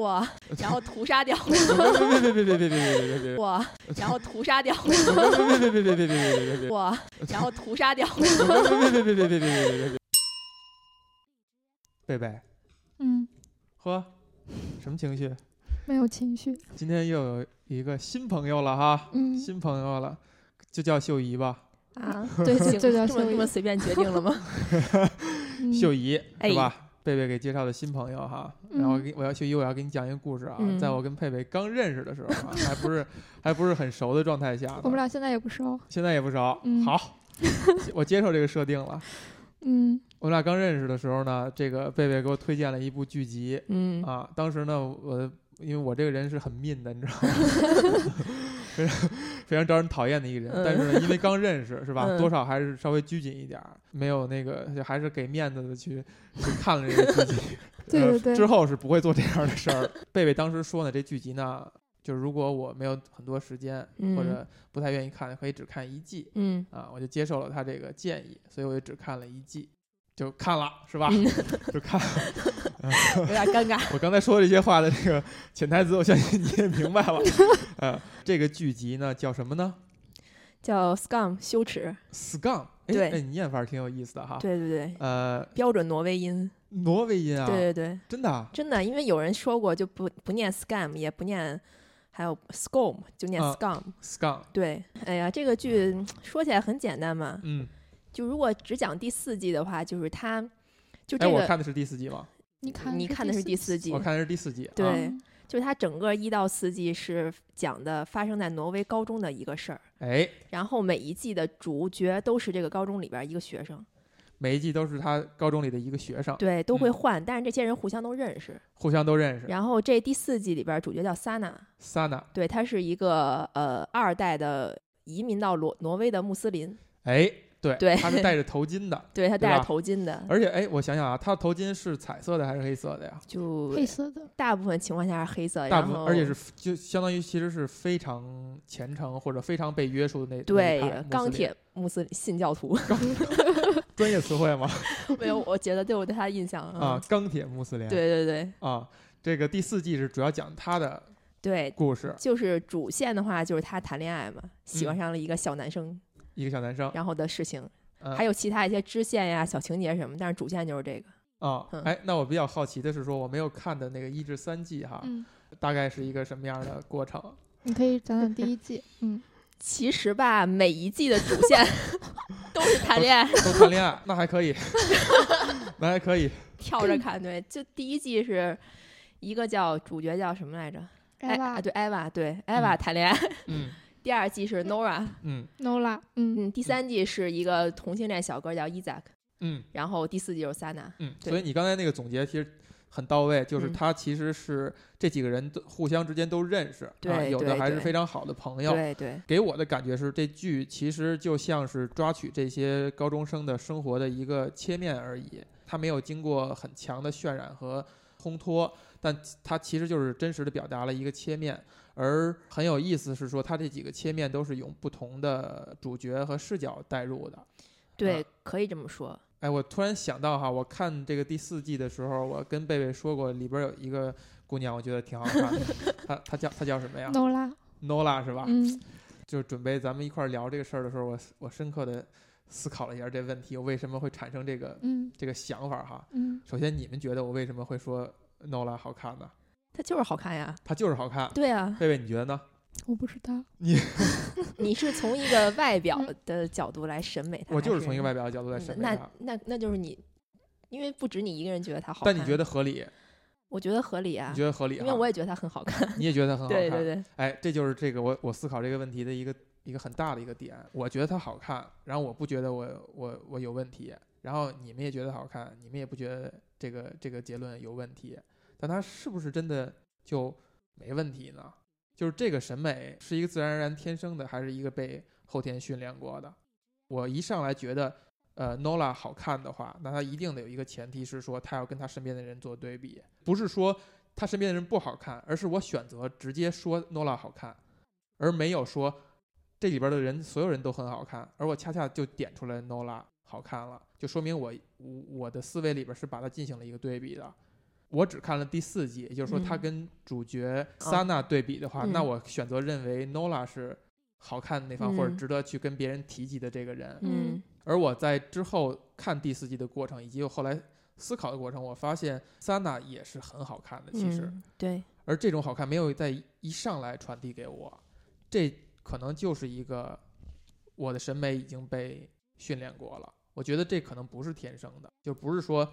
我，然后屠 杀掉别别别别别别别别别别别！我，然后屠 杀掉别别别别别别别别别！我，然后屠杀掉别别别别别别别别别！贝贝，嗯，呵，什么情绪？没有情绪。哦今天又有一个新朋友了哈，嗯，新朋友了，就叫秀姨吧，啊！对，行这叫这么秀这姨么随便决定了吗？嗯秀姨哎是吧？贝贝给介绍的新朋友哈，嗯然后给我要秀姨，我要给你讲一个故事啊，嗯在我跟佩佩刚认识的时候啊，还不是 还不是很熟的状态下呢，我们俩现在也不熟。现在也不熟，嗯好， 我接受这个设定了。嗯我们俩刚认识的时候呢，这个贝贝给我推荐了一部剧集 嗯，啊。当时呢，我因为我这个人是很命的，你知道吗？ 非常非常招人讨厌的一个人。嗯但是呢，因为刚认识是吧，嗯多少还是稍微拘谨一点儿，没有那个就还是给面子的去去看了这个 剧集。对对呃对之后是不会做这样的事儿。贝贝当时说呢，这剧集呢，就是如果我没有很多时间嗯或者不太愿意看，可以只看一季。嗯啊，我就接受了他这个建议，所以我就只看了一季，就看了，是吧？嗯就看。 有点尴尬。我刚才说这些话的这个潜台词，我相信你也明白了。 呃，这个剧集呢叫什么呢叫 scum 羞耻， ？Scum。对哎，哎你念法儿挺有意思的哈。对对对，呃，标准挪威音，挪威音啊，对对对，真的啊真的，因为有人说过就不不念 scam，也不念，还有 scum 就念啊 scum， ，Scum。对，哎呀，这个剧嗯说起来很简单嘛，嗯，就如果只讲第四季的话，就是他，就哎，这我个，看的是第四季吗？你看，你看的是第四季我，看的是第四季。对啊、嗯就是他整个一到四季是讲的发生在挪威高中的一个事儿，哎，然后每一季的主角都是这个高中里边儿一个学生，每一季都是他高中里的一个学生，对，都会嗯换，但是这些人互相都认识。互相都认识。然后这第四季里边儿主角叫 Sana， Sana，对，他是一个呃二代的移民到挪挪威的穆斯林，哎，对，对他是戴着头 巾的，对他对戴着吧头巾的，而且哎，我想想啊，他的头巾是彩色的还是黑色的呀？就黑色的，大部分情况下是黑色，大然部分，后而且是 f- 就相当于其实是非常虔诚或者非常被约束的那那对一派穆斯钢林铁穆斯林信教徒， 专业词汇嘛没有，我觉得对我对他的印象啊，，钢铁穆斯嗯林对对对啊，这个第四季是主要讲他的对，故事，就是主线的话就是他谈恋爱嘛，喜欢嗯上了一个小男生，一个小男生然后的事情，嗯还有其他一些支线呀、小情节什么，但是主线就是这个，啊嗯，哎，那我比较好奇的是说我没有看的那个一至三季啊哈，嗯，大概是一个什么样的过程？你可以讲讲第一季， 嗯，其实吧，每一季的主 线都是谈恋爱。 都谈恋爱，那还可以，那还可以，跳着看，对，就第一季是一个叫主角叫什么来着？艾啊娃、对，艾娃，对，艾娃谈恋爱。 嗯第二季是 Nora，嗯 Nola，嗯，嗯，第三季是一个同性恋小哥叫 Isaac，嗯然后第四季就是 Sana，嗯，对所以你刚才那个总结其实。很到位，就是嗯他其实是这几个人都互相之间都认识，啊，对有的对还是对非常好的朋友，对对给我的感觉是，这剧其实就像是抓取这些高中生的生活的一个切面而已，它没有经过很强的渲染和烘托，但它其实就是真实的表达了一个切面。而很有意思是说，它这几个切面都是用不同的主角和视角带入的。对，可以这么说，哎，我突然想到哈，我看这个第四季的时候，我跟贝贝说过，里边有一个姑娘，我觉得挺好看 的，她她叫她叫什嗯么呀 Nola， ？Nola 啊是吧？嗯，就是准备咱们一块儿聊这个事儿的时候，我我深刻的思考了一下这问题，我为什么会产生这个嗯，这个想法哈。嗯，首先，你们觉得我为什么会说 Nola 好看呢？它就是好看呀。她就是好 看。对啊，贝贝，你觉得呢？我不知道， 你是从一个外表的角度来审美它，我就是还嗯从一个外表的角度在审美那它，那那就是你，因为不止你一个人觉得它好看，但你觉得合理？我觉得合理啊你，觉得合理因为哈？我也觉得它很好看。你也觉得它很好看。对对对，哎，这就是这个我我思考这个问题的一个一个很大的一个点。我觉得它好看，然后我不觉得我我我有问题，然后你们也觉得好看，你们也不觉得这个这个结论有问题，但它是不是真的就没问题呢？就是这个审美是一个自然而然天生的，还是一个被后天训练过的？我一上来觉得，呃，Nola 好看的话，那他一定得有一个前提是说，他要跟他身边的人做对比，不是说他身边的人不好看，而是我选择直接说 Nola 好看，而没有说这里边的人所有人都很好看，而我恰恰就点出来 Nola 好看了，就说明我我我的思维里边是把它进行了一个对比的。我只看了第四季，也就是说，嗯它跟主角哦萨娜对比的话，嗯那我选择认为 Nola 是好看的那方，或者嗯值得去跟别人提及的这个人。嗯而我在之后看第四季的过程，以及我后来思考的过程，我发现萨娜也是很好看的，其实。嗯对，而这种好看没有在一上来传递给我，这可能就是一个我的审美已经被训练过了。我觉得这可能不是天生的，就不是说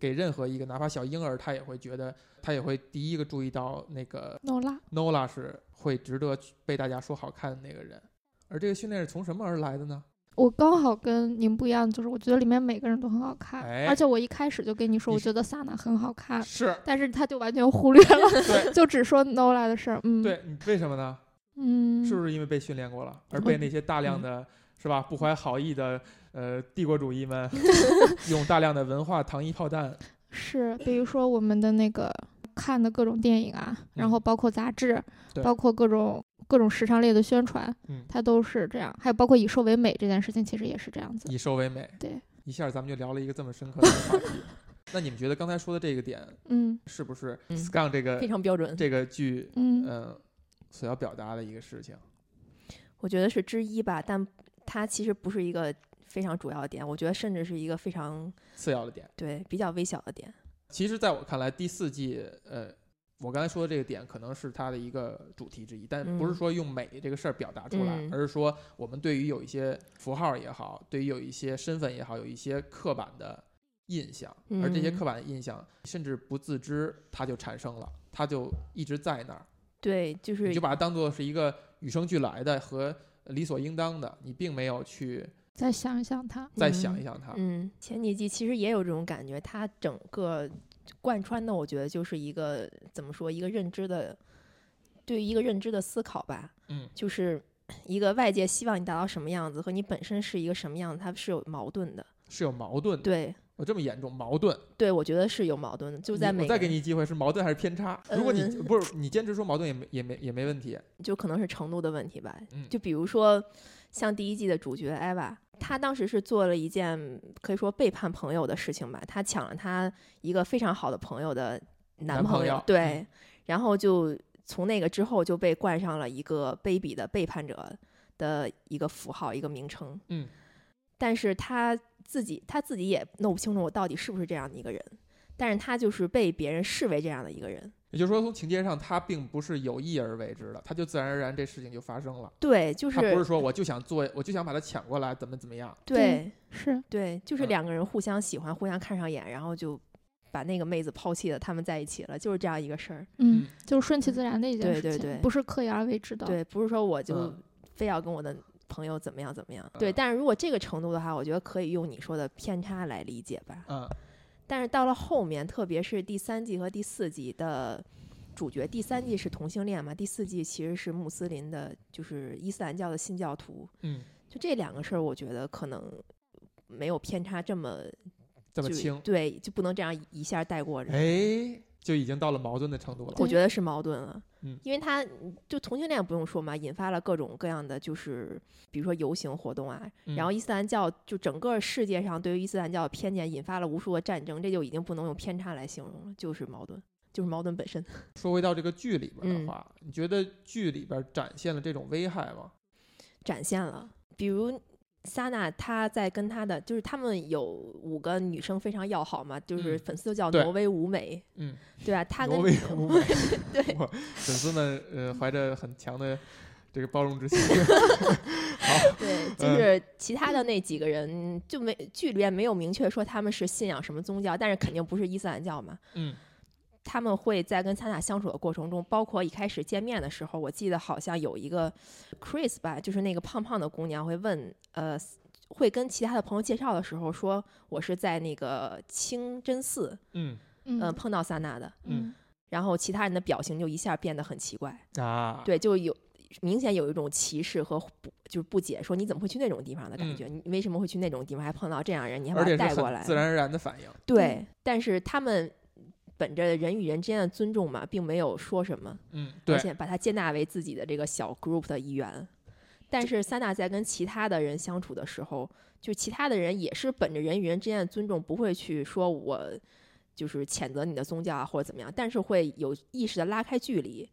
给任何一个哪怕小婴儿他也会觉得他也会第一个注意到那个诺拉， Nola 是会值得被大家说好看的那个人。而这个训练是从什么而来的呢？我刚好跟您不一样，就是我觉得里面每个人都很好看，哎而且我一开始就跟你说，你我是觉得萨娜很好看，是但是他就完全忽略了，对就只说 Nola 的事儿。嗯，，对，你为什么呢？嗯，是不是因为被训练过了，而被那些大量的、是吧不怀好意的呃帝国主义们用大量的文化糖衣炮弹？是，比如嗯说我们的那个看的各种电影啊，然后包括杂志，嗯对包括各种各种时尚类的宣传，嗯它都是这样。还有包括以瘦为美这件事情，其实也是这样子。以收为美，对，一下咱们就聊了一个这么深刻的话题。那你们觉得刚才说的这个点嗯是不是嗯 Scum 这个、非常标准，呃这个剧嗯呃所要表达的一个事情？我觉得是之一吧，但它其实不是一个非常主要的点，我觉得甚至是一个非常次要的点，对比较微小的点。其实在我看来，第四季呃。我刚才说的这个点可能是它的一个主题之一，但不嗯是说用美这个事儿表达出来，嗯而是说我们对于有一些符号也好，对于有一些身份也好，有一些刻板的印象，而这些嗯刻板的印象甚至不自知，它就产生了，它就一直在那儿，对，就是你就把它当做是一个与生俱来的和理所应当的，你并没有去再想一想它，再想嗯一想它。嗯，前几季其实也有这种感觉，它整个贯穿的，我觉得就是一个怎么说，一个认知的，对于一个认知的思考吧，嗯，就是一个外界希望你达到什么样子和你本身是一个什么样子，它是有矛盾的。是有矛盾的，对，我这么严重矛盾，对，我觉得是有矛盾的，就你在我每再个给人你机会，是矛盾还是偏差？如果你、嗯不是你坚持说矛盾也没也没也没问题，就可能是程度的问题吧。嗯就比如说，像第一季的主角艾娃，她当时是做了一件可以说背叛朋友的事情吧，她抢了她一个非常好的朋友的男男朋友友，嗯对，然后就从那个之后就被冠上了一个卑鄙的背叛者的一个符号，一个名称。嗯，但是她自己她自己也弄不清楚我到底是不是这样的一个人，但是她就是被别人视为这样的一个人。也就是说从情节上他并不是有意而为之的，他就自然而然这事情就发生了。对，就他不是是说我就想做，我就想把他抢过来，怎么怎么样？对。是对，就是嗯两个人互相喜欢，互相看上眼，然后就把那个妹子抛弃了，他们在一起了，就是这样一个事儿。嗯嗯，就是顺其自然的一件对事情，对对不是刻意而为之的。对，不是说我就嗯非要跟我的朋友怎么样怎么样。嗯对，但是如果这个程度的话，我觉得可以用你说的偏差来理解吧。嗯，但是到了后面，特别是第三季和第四季的主角，第三季是同性恋嘛，第四季其实是穆斯林的，就是伊斯兰教的信教徒。嗯，就这两个事儿，我觉得可能没有偏差这么这么就轻，对，就不能这样一下带过人。哎，就已经到了矛盾的程度了。我对觉得是矛盾了。嗯因为他就同性恋不用说嘛，引发了各种各样的，就是比如说游行活动啊，嗯然后伊斯兰教就整个世界上对于伊斯兰教的偏见引发了无数的战争，这就已经不能用偏差来形容了，就是矛盾，就是矛盾本身。说回到这个剧里边嗯的话，你觉得剧里边展现了这种危害吗？展现了。比如莎娜，她在跟她的就是她们有五个女生非常要好嘛，就是嗯粉丝都叫对挪威舞美，嗯，对吧？她跟挪威舞美 对我粉丝们呃怀着很强的这个包 容之心。好，对，就嗯是其他的那几个人就没剧里面没有明确说他们是信仰什么宗教，但是肯定不是伊斯兰教嘛。嗯，他们会在跟萨娜相处的过程中，包括一开始见面的时候，我记得好像有一个 Chris 吧，就是那个胖胖的姑娘会问，呃，会跟其他的朋友介绍的时候说，我是在那个清真寺，嗯嗯呃，碰到萨娜的。嗯然后其他人的表情就一下变得很奇怪，啊，对，就有明显有一种歧视和不就是不解，说你怎么会去那种地方的感嗯觉？你为什么会去那种地方，还碰到这样的人，你还把而他且带是过来很？自然嗯而然的反应。对，但是他们本着人与人之间的尊重嘛，并没有说什么，嗯，而对，且把他接纳为自己的这个小 group 的一员。但是三娜在跟其他的人相处的时候，就其他的人也是本着人与人之间的尊重，不会去说我就是谴责你的宗教啊或者怎么样，但是会有意识的拉开距离。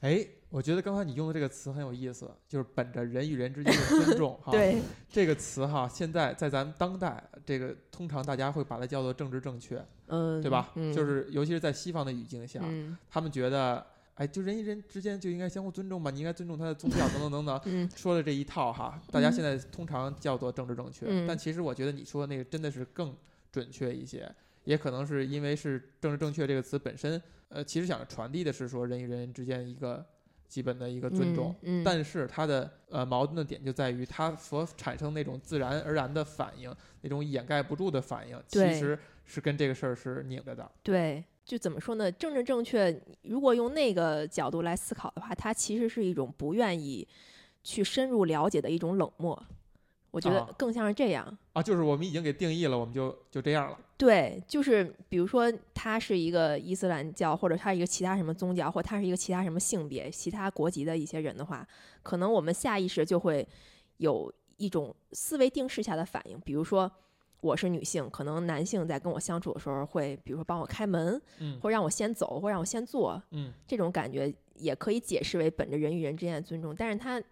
哎，我觉得刚才你用的这个词很有意思，就是本着人与人之间的 尊重哈。对，这个词哈，现在在咱们当代，这个通常大家会把它叫做政治正确，嗯，对吧？嗯、就是尤其是在西方的语境下，嗯他们觉得，哎，就人与人之间就应该相互尊重吧，你应该尊重他的宗教等等等等。嗯说了这一套哈，大家现在通常叫做政治正确，嗯但其实我觉得你说的那个真的是更准确一些，也可能是因为是“政治正确”这个词本身，呃，其实想传递的是说人与人之间一个基本的一个尊重，嗯，嗯但是它的呃矛盾的点就在于它所产生那种自然而然的反应，那种掩盖不住的反应，其对实是跟这个事儿是拧着的。对，就怎么说呢？政治正确，如果用那个角度来思考的话，它其实是一种不愿意去深入了解的一种冷漠。我觉得啊更像是这样。啊，就是我们已经给定义了，我们就就这样了。对，就是比如说他是一个伊斯兰教，或者他是一个其他什么宗教，或他是一个其他什么性别、其他国籍的一些人的话，可能我们下意识就会有一种思维定式下的反应，比如说。我是女性，可能男性在跟我相处的时候会，比如说帮我开门，嗯或让我先走，或让我先坐，嗯，这种感觉也可以解释为本着人与人之间的尊重，但是他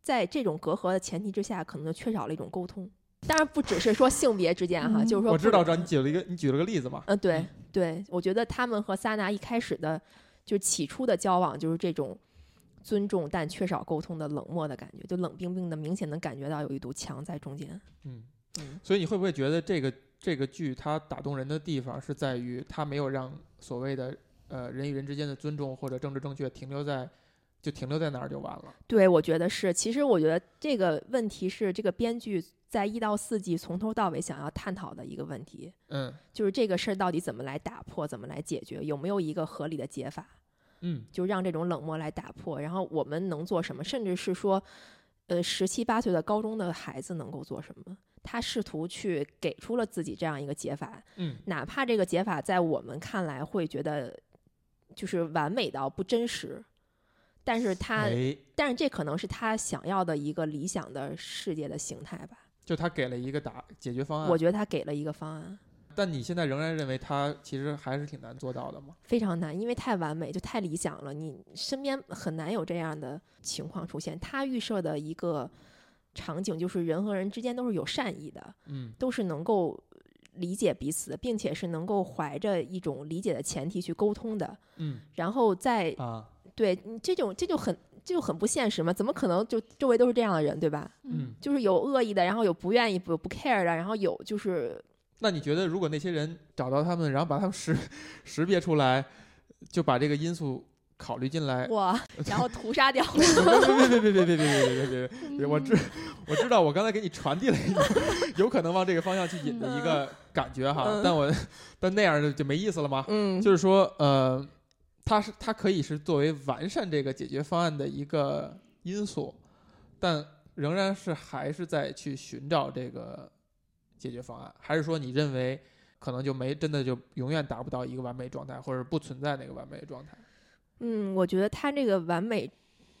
在这种隔阂的前提之下，可能就缺少了一种沟通。当然，不只是说性别之间哈，嗯就是说我知道，知道这你举了一个你举了个例子嘛。嗯，对嗯对，我觉得他们和萨拿一开始的就起初的交往就是这种尊重但缺少沟通的冷漠的感觉，就冷冰冰的，明显能感觉到有一堵墙在中间。嗯嗯，所以你会不会觉得这个这个剧它打动人的地方是在于它没有让所谓的呃人与人之间的尊重或者政治正确停留在就停留在那儿就完了？对，我觉得是。其实我觉得这个问题是这个编剧在一到四季从头到尾想要探讨的一个问题。嗯就是这个事儿到底怎么来打破，怎么来解决，有没有一个合理的解法，嗯就让这种冷漠来打破。然后我们能做什么，甚至是说，呃，十七八岁的高中的孩子能够做什么？他试图去给出了自己这样一个解法，嗯哪怕这个解法在我们看来会觉得就是完美到不真实，但是他，哎，但是这可能是他想要的一个理想的世界的形态吧。就他给了一个答解决方我案，觉得他给了一个方案。但你现在仍然认为它其实还是挺难做到的嘛？非常难，因为太完美就太理想了，你身边很难有这样的情况出现。他预设的一个场景就是人和人之间都是有善意的，嗯都是能够理解彼此的，并且是能够怀着一种理解的前提去沟通的。嗯然后在啊对你这种这就很这就很不现实嘛？怎么可能就周围都是这样的人，对吧？嗯，就是有恶意的，然后有不愿意、不不 care 的，然后有就是那你觉得如果那些人找到他们，然后把他们识识别出来，就把这个因素考虑进来？ 哇， 然后屠杀掉别别别别别别别别别别别！对我嗯知我知道，我刚才给你传递了一个有可能往这个方向去引的一个感觉哈嗯，但我但那样就就没意思了吗？嗯，就是说，呃，它是它可以是作为完善这个解决方案的一个因素，但仍然是还是在去寻找这个解决方案，还是说你认为可能就没真的就永远达不到一个完美状态，或者不存在那个完美状态？嗯，我觉得他这个完美，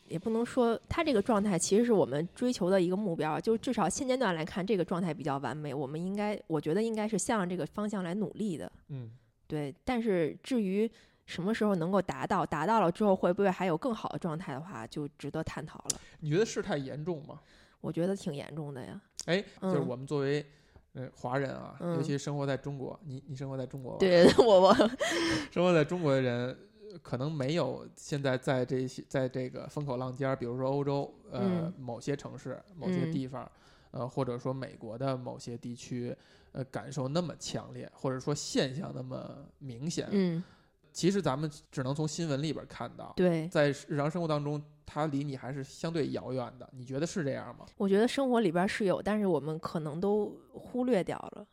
也不能说他这个状态其实是我们追求的一个目标，就至少现阶段来看，这个状态比较完美。我们应该，我觉得应该是向着这个方向来努力的。嗯对，但是至于什么时候能够达到，达到了之后会不会还有更好的状态的话，就值得探讨了。你觉得事态严重吗？我觉得挺严重的呀。哎，就是嗯我们作为呃华人啊，嗯尤其生活在中国，你你生活在中国吧，对， 我我生活在中国的人。呃可能没有现在在这些在这个风口浪尖儿，比如说欧洲呃、嗯某些城市、某些嗯地方，呃或者说美国的某些地区，呃感受那么强烈，或者说现象那么明显。嗯，其实咱们只能从新闻里边儿看到，对，在日常生活当中，它离你还是相对遥远的。你觉得是这样吗？我觉得生活里边儿是有，但是我们可能都忽略掉了。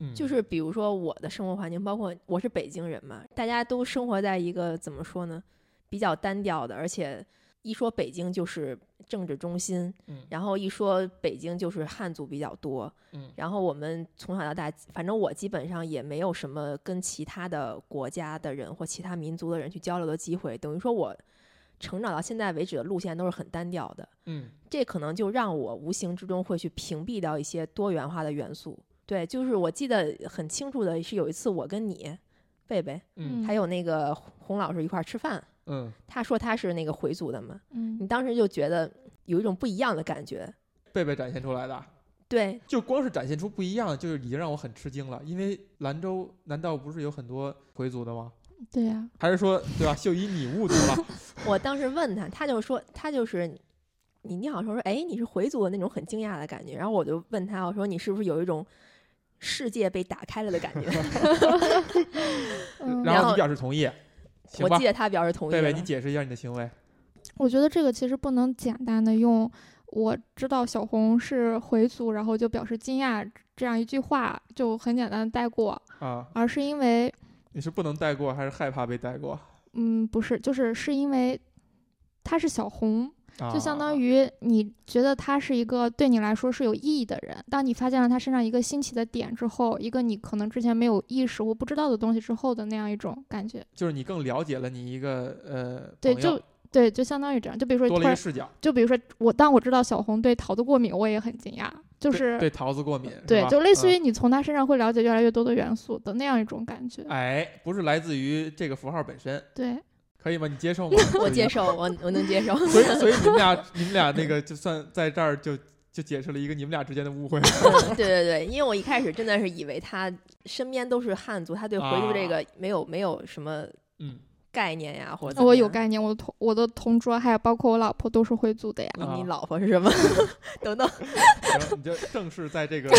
嗯就是比如说我的生活环境，包括我是北京人嘛，大家都生活在一个怎么说呢，比较单调的，而且一说北京就是政治中心，嗯然后一说北京就是汉族比较多，嗯然后我们从小到大，反正我基本上也没有什么跟其他的国家的人或其他民族的人去交流的机会，等于说我成长到现在为止的路线都是很单调的，嗯这可能就让我无形之中会去屏蔽掉一些多元化的元素，对，就是我记得很清楚的是有一次我跟你、贝贝嗯还有那个洪老师一块儿吃饭，嗯，他说他是那个回族的嘛，你嗯当时就觉得有一种不一样的感觉。贝贝展现出来的，对，就光是展现出不一样，就是已经让我很吃惊了。因为兰州难道不是有很多回族的吗？对啊呀、还是说，对吧？秀姨你误读 了，我当时问他，他就说他就是你，你好像说哎你是回族的那种很惊讶的感觉，然后我就问他我说你是不是有一种世界被打开了的感 觉？嗯，然然后后你表示同意，行我吧记？得他表示同意贝贝，了你。解释一下你的行为。我觉得这个其实不能简单的用我知道小红是回族，然后就表示惊讶这样一句话就很简单的带过，啊，而是因为，你是不能带过，还是害怕被带过？嗯，不是，就是是因为她是小红，啊、就相当于你觉得她是一个对你来说是有意义的人。当你发现了她身上一个新奇的点之后，一个你可能之前没有意识或不知道的东西之后的那样一种感觉，就是你更了解了你一个呃对，朋友就对，就相当于这样。就比如说，多突了一然个视角，就比如说我，当我知道小红对桃子过敏，我也很惊讶，就对是对桃子过敏，对是吧嗯就类似于、你从她身上会了解越来越多的元素的那样一种感觉嗯。哎，不是来自于这个符号本身，对，可以吗？你接受吗？我所以接。受，我我能接受。所以所以你们俩你们俩那个就算在这儿就就解释了一个你们俩之间的误会。对对对，因为我一开始真的是以为他身边都是汉族，他对回族这啊个没有、没有什么嗯，概念呀，或者怎么我有样概念，我的同我的同桌还有包括我老婆都是回族的呀。你啊你老婆是什么？ 等等，行，你就正式在这个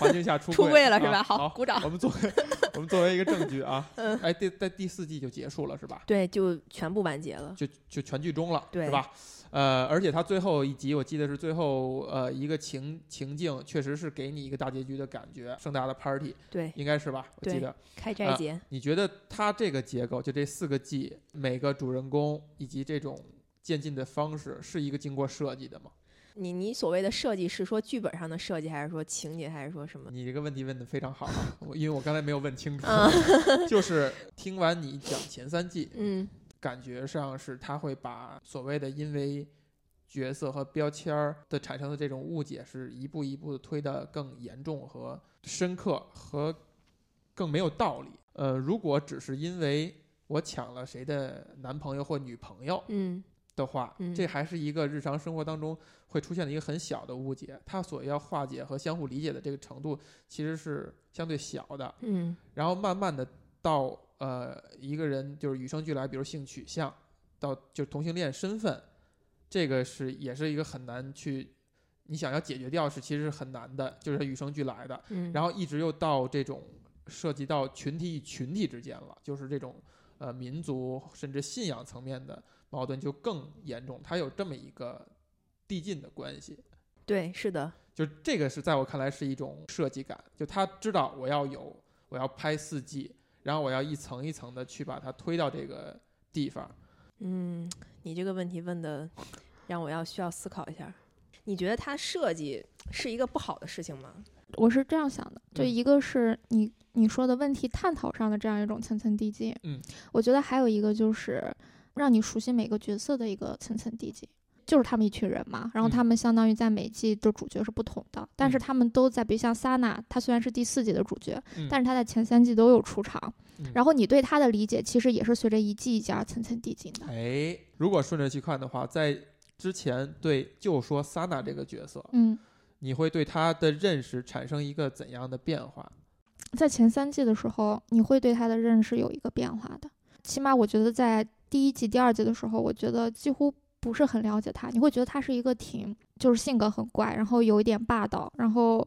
环境下出 出柜柜了是啊吧？嗯好，鼓掌。我们作为我们作为一个证据啊，哎，第在第四季就结束了是吧？对，就全部完结了。就就全剧终了，对是吧？呃，而且它最后一集，我记得是最后呃一个情情境，确实是给你一个大结局的感觉，盛大的 party 对，应该是吧？我记对得开斋啊节、你觉得它这个结构，就这四个季，每个主人公以及这种渐进的方式，是一个经过设计的吗？你你所谓的设计是说剧本上的设计，还是说情节，还是说什么？你这个问题问的非常好啊，我因为我刚才没有问清楚，嗯就是听完你讲前三季，嗯，感觉上是他会把所谓的因为角色和标签儿的产生的这种误解，是一步一步的推得更严重和深刻和更没有道理。呃，如果只是因为我抢了谁的男朋友或女朋友嗯的话，嗯这还是一个日常生活当中会出现的一个很小的误解，它所要化解和相互理解的这个程度其实是相对小的。嗯然后慢慢的到呃一个人就是与生俱来，比如性取向，到就是同性恋身份，这个是也是一个很难去你想要解决掉是其实是很难的，就是它与生俱来的。嗯，然后一直又到这种涉及到群体与群体之间了，就是这种呃民族甚至信仰层面的矛盾就更严重，它有这么一个递进的关系。对，是的，就这个是在我看来是一种设计感，就他知道我要有，我要拍四季，然后我要一层一层的去把它推到这个地方。嗯，你这个问题问的让我要需要思考一下。你觉得它设计是一个不好的事情吗？我是这样想的，就嗯一个是你你说的问题探讨上的这样一种层层递进，嗯，我觉得还有一个就是让你熟悉每个角色的一个层层递进，就是他们一群人嘛，然嗯后他们相当于在每季的主角是不同的，但是嗯他们都在，比如像萨娜，她虽然是第四季的主角，嗯但是她在前三季都有出场，嗯然后你对她的理解其实也是随着一季一季而层层递进的，哎，如果顺着去看的话，在之前对就说萨娜这个角色，嗯，你会对他的认识产生一个怎样的变化？在前三季的时候，你会对他的认识有一个变化的。起码我觉得在第一季、第二季的时候，我觉得几乎不是很了解他，你会觉得他是一个挺就是性格很怪，然后有一点霸道，然后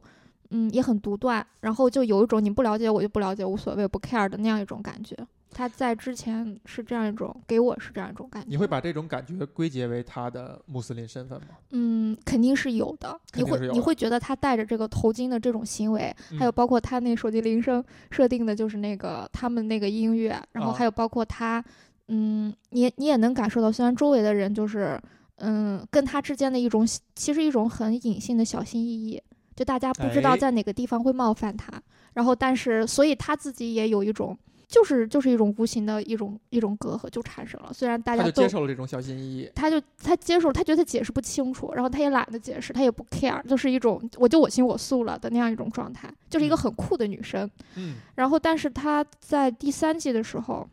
嗯也很独断，然后就有一种你不了解我就不了解，无所谓不 care 的那样一种感觉。他在之前是这样一种，给我是这样一种感觉。你会把这种感觉归结为他的穆斯林身份吗？嗯，肯定是有的。肯定是你会有你的会觉得他戴着这个头巾的这种行为，嗯还有包括他那手机铃声设定的就是那个他们那个音乐，然后啊还有包括他，嗯，你也你也能感受到，虽然周围的人就是，嗯，跟他之间的一种其实一种很隐性的小心翼翼，就大家不知道哎在哪个地方会冒犯他，然后但是所以他自己也有一种就是就是一种无形的一种一种隔阂就产生了。虽然大他家就哎都接受了这种小心翼翼，他就他接受，他觉得他解释不清楚，然后他也懒得解释，他也不 care，就是一种我就我行我素了的那样一种状态，就是一个嗯很酷的女生。嗯然后，但是他在第三季的时候，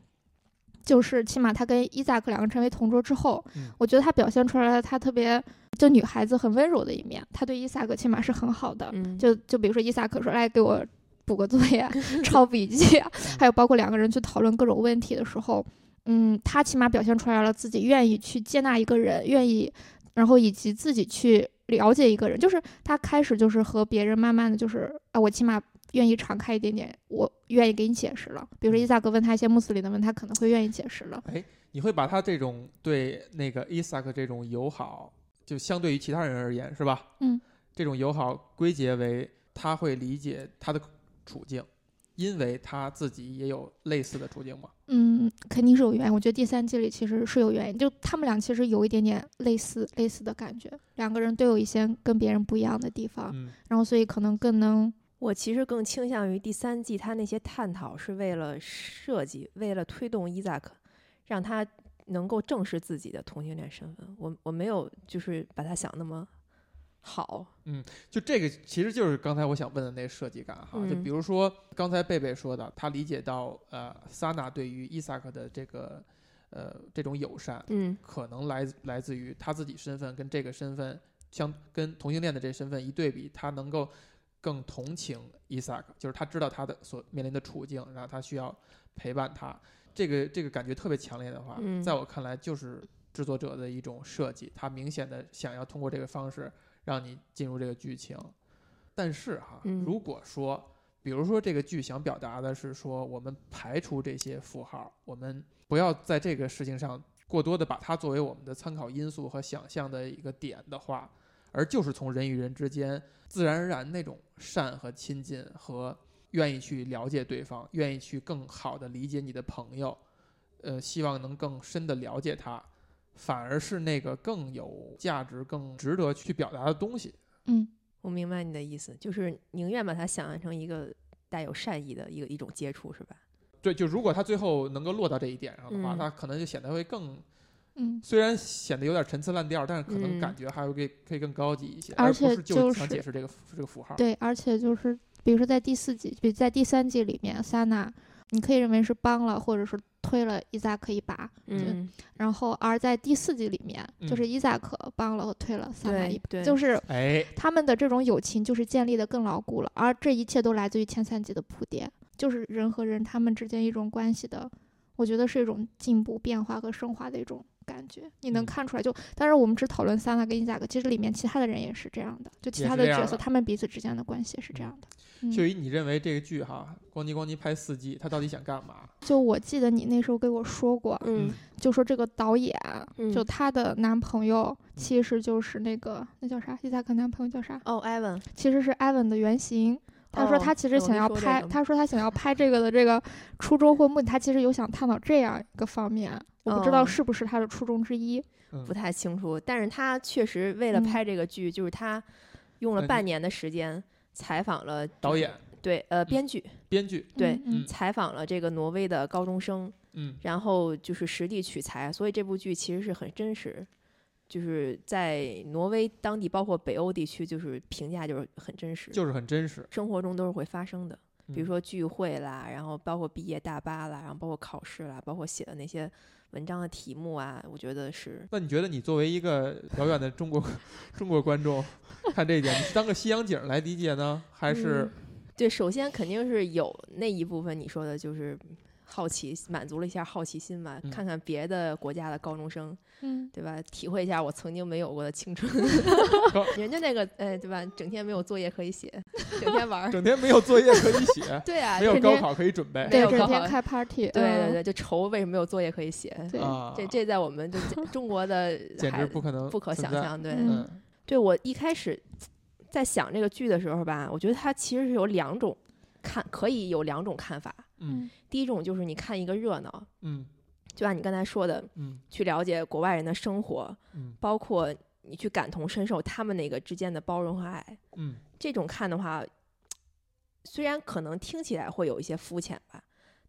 就是起码他跟伊萨克两个成为同桌之后，嗯我觉得他表现出来了他特别就女孩子很温柔的一面，他对伊萨克起码是很好的。嗯，就就比如说伊萨克说哎来给我补个作业 啊、抄笔记嗯啊，还有包括两个人去讨论各种问题的时候，嗯，他起码表现出来了自己愿意去接纳一个人，愿意，然后以及自己去了解一个人，就是他开始就是和别人慢慢的就是啊，我起码。愿意敞开一点点，我愿意给你解释了。比如说伊萨克问他一些穆斯林的问题，他可能会愿意解释了。你会把他这种对那个伊萨克这种友好，就相对于其他人而言是吧？嗯，这种友好归结为他会理解他的处境，因为他自己也有类似的处境嘛。嗯，肯定是有原因。我觉得第三季里其实是有原因，就他们俩其实有一点点类似类似的感觉，两个人都有一些跟别人不一样的地方，嗯然后所以可能更能我其实更倾向于第三季他那些探讨是为了设计，为了推动伊萨克，让他能够正视自己的同性恋身份。我我没有就是把他想那么好，就这个其实就是刚才我想问的那设计感哈，嗯就比如说刚才贝贝说的，他理解到呃萨娜对于伊萨克的这个呃这种友善，嗯可能来自来自于他自己身份跟这个身份相跟同性恋的这身份一对比，他能够更同情伊萨克，就是他知道他的所面临的处境，然后他需要陪伴他，这个这个感觉特别强烈的话，嗯在我看来就是制作者的一种设计，他明显的想要通过这个方式让你进入这个剧情，但是哈，嗯如果说比如说，这个剧想表达的是说，我们排除这些符号，我们不要在这个事情上过多的把它作为我们的参考因素和想象的一个点的话，而就是从人与人之间自然而然那种善和亲近和愿意去了解对方，愿意去更好的理解你的朋友，呃，希望能更深的了解他，反而是那个更有价值、更值得去表达的东西。嗯我明白你的意思，就是宁愿把他想象成一个带有善意的一个一种接触，是吧？对，就如果他最后能够落到这一点上的话，嗯他可能就显得会更，嗯，虽然显得有点陈词滥调，但是可能嗯感觉还会给可以更高级一些，而而不且是就想是解释这个符这个符号。对，而且就是比如说在第四季，比在第三季里面，萨娜你可以认为是帮了或者是推了伊萨克一把，嗯，然后而在第四季里面，就嗯是伊萨克帮了和推了萨娜对一把，对就是哎，他们的这种友情就是建立的更牢固了，而这一切都来自于前三集的铺垫，就是人和人他们之间一种关系的，我觉得是一种进步、变化和升华的一种感觉。你能嗯看出来就，当然我们只讨论萨娜跟伊萨克，其实里面其他的人也是这样的，就其也他是的这角样色的他们彼此之间的关系也是这样的。秀嗯，姨，你认为这个剧哈，咣叽咣叽拍四季，他到底想干嘛？就我记得你那时候给我说过，嗯就说这个导演，就嗯她的男朋友其实就是那个那叫啥，伊萨克男朋友叫啥？哦，艾文，其实是艾文的原型。他说哦他哎其实我想没要说这拍，个他说他想要拍这个的这个初衷或目的，他其实有想探讨这样一个方面，我不知道哦是不是他的初衷之一。嗯不，太清楚，但是他确实为了嗯拍这个剧，就是他用那了你半年的时间采访了导演、嗯对呃编剧，编剧，对嗯嗯采访了这个挪威的高中生，嗯，然后就是实地取材，所以这部剧其实是很真实，就是在挪威当地，包括北欧地区，就是评价就是很真实，就是很真实。生活中都是会发生的，比嗯如说聚会啦，然后包括毕业大巴啦，然后包括考试啦，包括写的那些文章的题目啊，我觉得是那你觉得你作为一个遥远的中国 中国观众，看这一点，你是当个西洋景儿来理解呢，还是嗯对，首先肯定是有那一部分你说的，就是好奇，满足了一下好奇心嘛，嗯看看别的国家的高中生，嗯对吧？体会一下我曾经没有过的青春 高。人家那个，哎，对吧？整天没有作业可以写，整天 玩儿。整天没有作业可以写 ，对啊，没有对高整天考可以准备？没对，有整搞天好开 party，对哦嗯对，就愁为什么没有作业可以写。对啊，这这在我们就中国 的简孩直子不可能，不可想。象。对，嗯呃嗯对我一开始在想这个剧的时候吧，我觉得它其实是有两种看，可以有两种看法。嗯第一种就是你看一个热闹，嗯就像你刚才说的，嗯去了解国外人的生活，嗯包括你去感同身受他们那个之间的包容和爱。 嗯这种看的话，虽然可能听起来会有一些肤浅吧，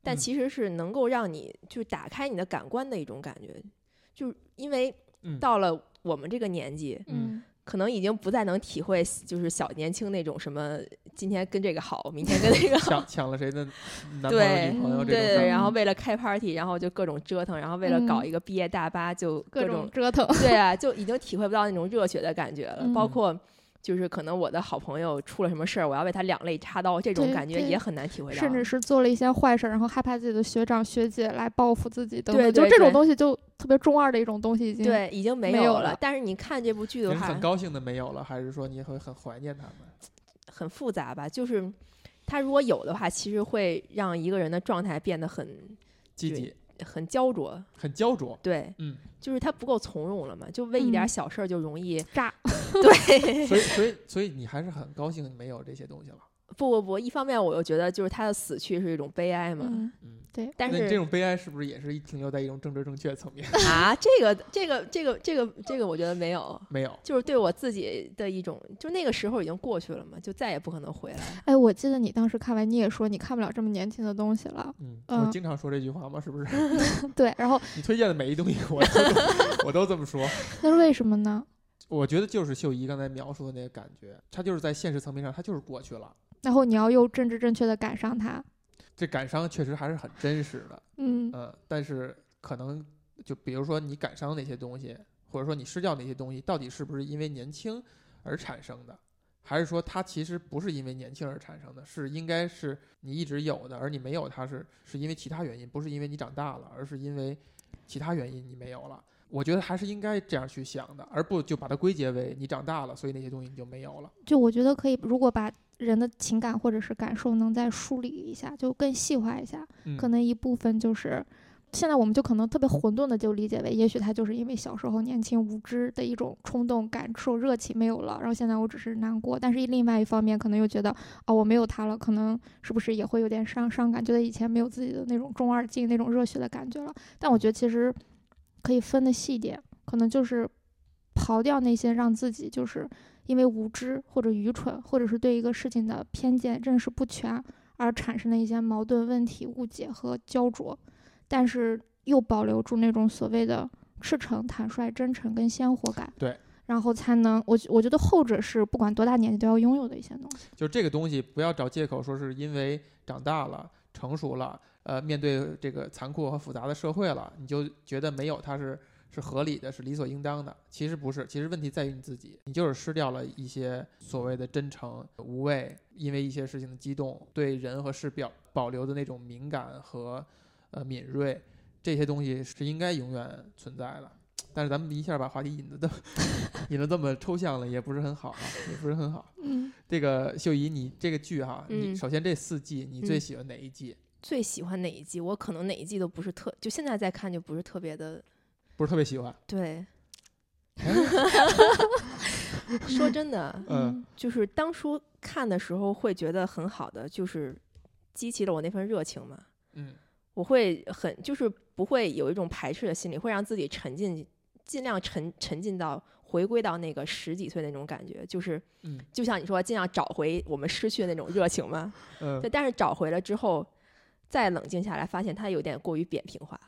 但嗯其实是能够让你就打开你的感官的一种感觉，就是因为嗯到了我们这个年纪，嗯嗯可能已经不再能体会就是小年轻那种什么今天跟这个好，明天跟那个好抢，抢了谁的男朋友、对女朋友嗯这对种对事对，儿，然后为了开 party，然后就各种折腾，然后为了搞一个毕业大巴就各种种折腾。 对啊，就已经体会不到那种热血的感觉了。包嗯括就是可能我的好朋友出了什么事儿，我要为他两肋插刀，这种对感觉对也很难体会到。甚至是做了一些坏事儿，然后害怕自己的学长学姐来报复自己等等，对对就对这种东西就特别中二的一种东西，已经对已经没没有了。了但是你看这部剧你的是话，很高兴的没有了，还是说你会很怀念他们？很复杂吧？就是他如果有的话，其实会让一个人的状态变得很积对极，很焦灼。很 焦灼。对，嗯，就是他不够从容了嘛，就为一点嗯小事儿就容易、炸。 对。 所以所以所以你还是很高兴没有这些东西了。不不不，一方面我又觉得就是他的死去是一种悲哀嘛，嗯，嗯，但那你是这种悲哀是不是也是一停留在一种政治正确层面？啊，这个这个这个这个这个我觉得没有。没有，就是对我自己的一种，就那个时候已经过去了嘛，就再也不可能回来了。哎，我记得你当时看完你也说你看不了这么年轻的东 西了，嗯，我嗯经常说这句话嘛，是不是？对，然后你推荐的每一东西我都 我都这么说。那是为什么呢？我觉得就是秀姨刚才描述的那个感觉，她就是在现实层面上，她就是过去了。然后你要又政治正确的赶上它，这感伤确实还是很真实的，嗯嗯，但是可能就比如说你感伤那些东西，或者说你失掉那些东西，到底是不是因为年轻而产生的，还是说它其实不是因为年轻而产生的，是应该是你一直有的，而你没有它是是因为其他原因，不是因为你长大了，而是因为其他原因你没有了。我觉得还是应该这样去想的，而不就把它归结为你长大了，所以那些东西你就没有了。就我觉得可以，如果把人的情感或者是感受能再梳理一下，就更细化一下，嗯，可能一部分就是。现在我们就可能特别混沌的就理解为，也许他就是因为小时候年轻无知的一种冲动、感受、热情没有了，然后现在我只是难过。但是另外一方面，可能又觉得，哦，我没有他了，可能是不是也会有点伤伤感，觉得以前没有自己的那种中二劲、那种热血的感觉了。但我觉得其实可以分的细一点，可能就是刨掉那些让自己就是因为无知或者愚蠢，或者是对一个事情的偏见认识不全而产生的一些矛盾、问题、误解和焦灼，但是又保留住那种所谓的赤诚、坦率、真诚跟鲜活感。对。然后才能，我我觉得后者是不管多大年纪都要拥有的一些东西。就这个东西，不要找借口说是因为长大了、成熟了，呃，面对这个残酷和复杂的社会了，你就觉得没有它是是合理的，是理所应当的。其实不是，其实问题在于你自己，你就是失掉了一些所谓的真诚、无畏，因为一些事情的激动，对人和事表保留的那种敏感和呃敏锐，这些东西是应该永远存在的。但是咱们一下把话题引得这么 引得这么抽象了，也不是很好啊，也不是很好。嗯，这个秀姨，你这个剧哈，你嗯首先这四季，你最嗯喜欢哪一季？最喜欢哪一季？我可能哪一季都不是特，就现在再看就不是特别的。不是特别喜欢，对， 说真的，嗯，就是当初看的时候会觉得很好的，就是激起了我那份热情嘛。嗯我会很就是不会有一种排斥的心理，会让自己沉浸，尽量沉沉浸到回归到那个十几岁那种感觉，就是嗯就像你说，尽量找回我们失去的那种热情嘛。对，嗯，但是找回了之后，再冷静下来，发现它有点过于扁平化。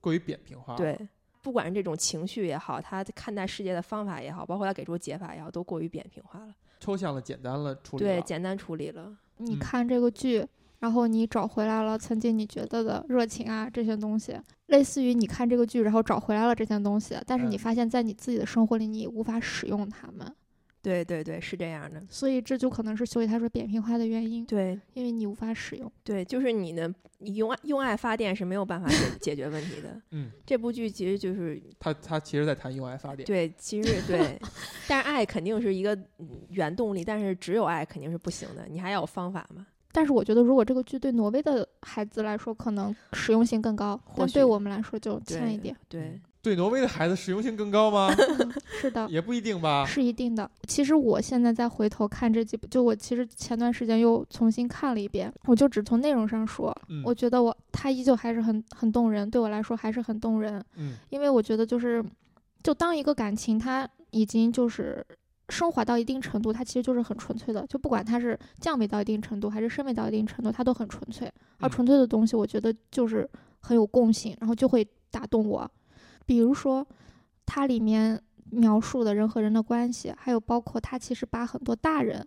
过于扁平化。，对，不管是这种情绪也好，他看待世界的方法也好，包括他给出解法也好，都过于扁平化了。抽象了，简单了，处理对，了简单处理了。你嗯看这个剧，然后你找回来了曾经你觉得的热情啊这些东西，类似于你看这个剧，然后找回来了这些东西，但是你嗯发现在你自己的生活里你无法使用它们，对对对，是这样的。所以这就可能是所以他说扁平化的原因，对因为你无法使用。对，就是你的你用爱用爱发电是没有办法解解决问题的。嗯，这部剧其实就是他他其实在谈用爱发电。对，其 实对，但是爱肯定是一个嗯原动力，但是只有爱肯定是不行的，你还要有方法嘛。但是我觉得，如果这个剧对挪威的孩子来说，可能实用性更高，或但许对我们来说就欠一点。对，对挪威的孩子实用性更高吗？嗯是的，也不一定吧。是一定的。其实我现在再回头看这几部，就我其实前段时间又重新看了一遍，我就只从内容上说，嗯我觉得我它依旧还是很很动人，对我来说还是很动人，嗯因为我觉得就是，就当一个感情它已经就是升华到一定程度，它其实就是很纯粹的，就不管它是降维到一定程度还是升维到一定程度，它都很纯粹。而嗯纯粹的东西，我觉得就是很有共性，然后就会打动我。比如说，它里面描述的人和人的关系，还有包括它其实把很多大人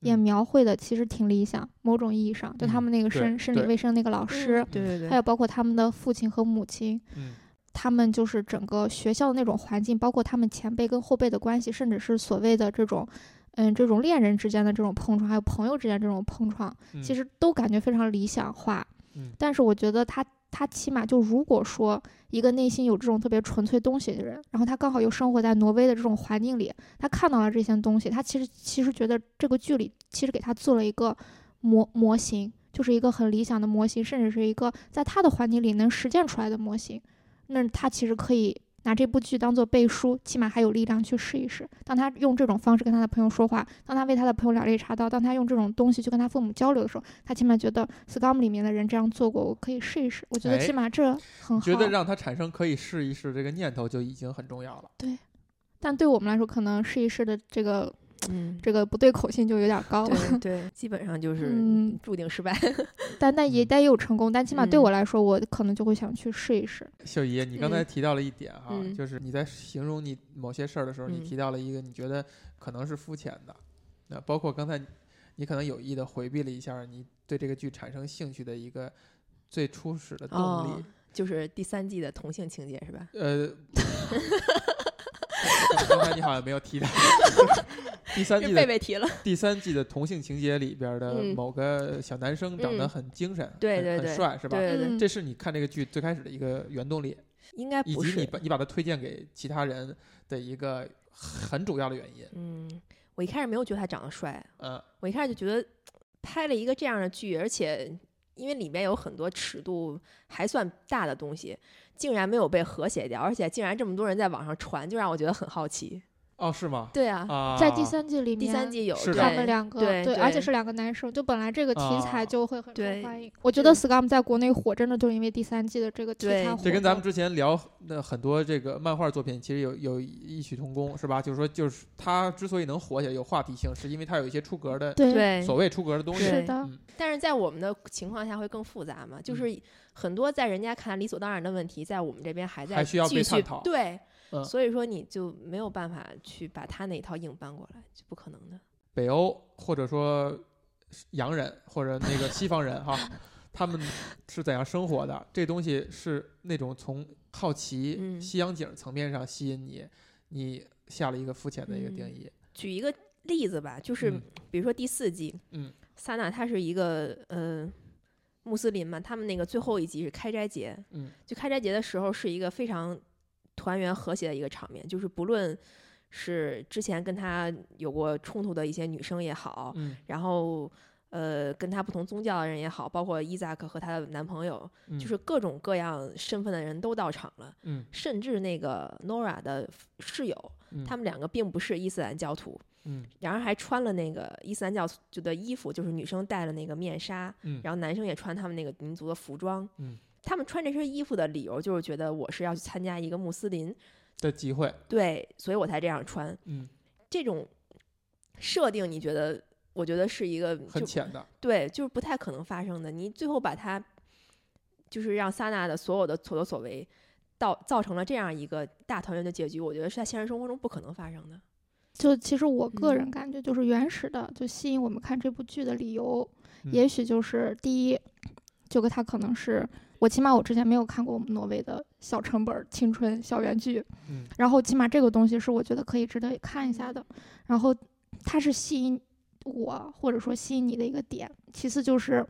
也嗯描绘的其实挺理想，某种意义上，就他嗯们那个对生、生理对卫生那个嗯老师，对对还对，有包括他们的父亲和母亲，嗯他们就是整个学校的那种环境，包括他们前辈跟后辈的关系，甚至是所谓的这种，嗯，这种恋人之间的这种碰撞，还有朋友之间这种碰撞，嗯，其实都感觉非常理想化。嗯但是我觉得他他起码就如果说一个内心有这种特别纯粹东西的人，然后他刚好又生活在挪威的这种环境里，他看到了这些东西，他其实其实觉得这个剧里其实给他做了一个模模型，就是一个很理想的模型，甚至是一个在他的环境里能实践出来的模型。那他其实可以拿这部剧当做背书，起码还有力量去试一试。当他用这种方式跟他的朋友说话，当他为他的朋友聊这茶道，当他用这种东西去跟他父母交流的时候，他起码觉得 Scum 里面的人这样做过，我可以试一试。我觉得哎起码这很好。觉得让他产生可以试一试这个念头就已经很重要了。但对我们来说，可能试一试的这个嗯，这个不对口性就有点高了。对对，基本上就是嗯注定失败。 但但也嗯但也有成功，但起码对嗯我来说，我可能就会想去试一试。秀姨，你刚才嗯提到了一点哈，嗯就是你在形容你某些事儿的时候，你嗯提到了一个你觉得可能是肤浅的，那包括刚才你可能有意的回避了一下你对这个剧产生兴趣的一个最初始的动力。哦就是第三季的同性情节是吧？呃，刚才你好像没有提到 第三季是贝的贝提了，第三季的同性情节里边的嗯某个小男生长得嗯很精神，对很对很对帅是吧？对对对，嗯这是你看这个剧最开始的一个原动力，应该以不及你是。把你把它推荐给其他人的一个很主要的原因。嗯，我一开始没有觉得他长得帅，嗯我一开始就觉得拍了一个这样的剧，而且因为里面有很多尺度还算大的东西，竟然没有被和谐掉，而且竟然这么多人在网上传，就让我觉得很好奇。哦，是吗？对啊，啊，在第三季里面，第三季有是的他对们两个对而且对是两个男生，就本来这个题啊材就会很受对欢迎。我觉得就 Scum 在国内火，真的就是因为第三季的这个题对材火的。这跟咱们之前聊的很多这个漫画作品其实有有异曲同工，是吧？就是说，就是它之所以能火起来，有话题性，是因为它有一些出格的，对对所谓出格的东西。对是啊的，嗯但是在我们的情况下会更复杂嘛，就是很多在人家看来理所当然的问题，在我们这边还在还需要被继续探讨对，嗯所以说你就没有办法去把他那一套硬搬过来，就不可能的。北欧或者说是洋人或者那个西方 人哈，他们是怎样生活的？这东西是那种从好奇、嗯西洋景层面上吸引你，你下了一个肤浅的一个定义。举一个例子吧，就是嗯比如说第四季，嗯，萨娜她是一个呃穆斯林嘛，他们那个最后一集是开斋节，嗯，就开斋节的时候是一个非常团圆和谐的一个场面，就是不论是之前跟他有过冲突的一些女生也好，嗯然后呃跟他不同宗教的人也好，包括伊扎克和她的男朋友，嗯，就是各种各样身份的人都到场了，嗯，甚至那个 Nora 的室友，嗯他们两个并不是伊斯兰教徒，嗯然后还穿了那个伊斯兰教就的衣服，就是女生戴了那个面纱，嗯然后男生也穿他们那个民族的服装。嗯他们穿这身衣服的理由就是觉得我是要去参加一个穆斯林，的机会，对，所以我才这样穿。嗯，这种设定，你觉得？我觉得是一个就很浅的，对，就是不太可能发生的。你最后把它，就是让萨娜的所有的所作所为，到造成了这样一个大团圆的结局，我觉得是在现实生活中不可能发生的。就其实我个人嗯感觉，就是原始的，就吸引我们看这部剧的理由，嗯也许就是第一，这个它可能是我起码我之前没有看过我们挪威的小成本儿青春校园剧，嗯然后起码这个东西是我觉得可以值得看一下的，然后它是吸引我或者说吸引你的一个点。其次就是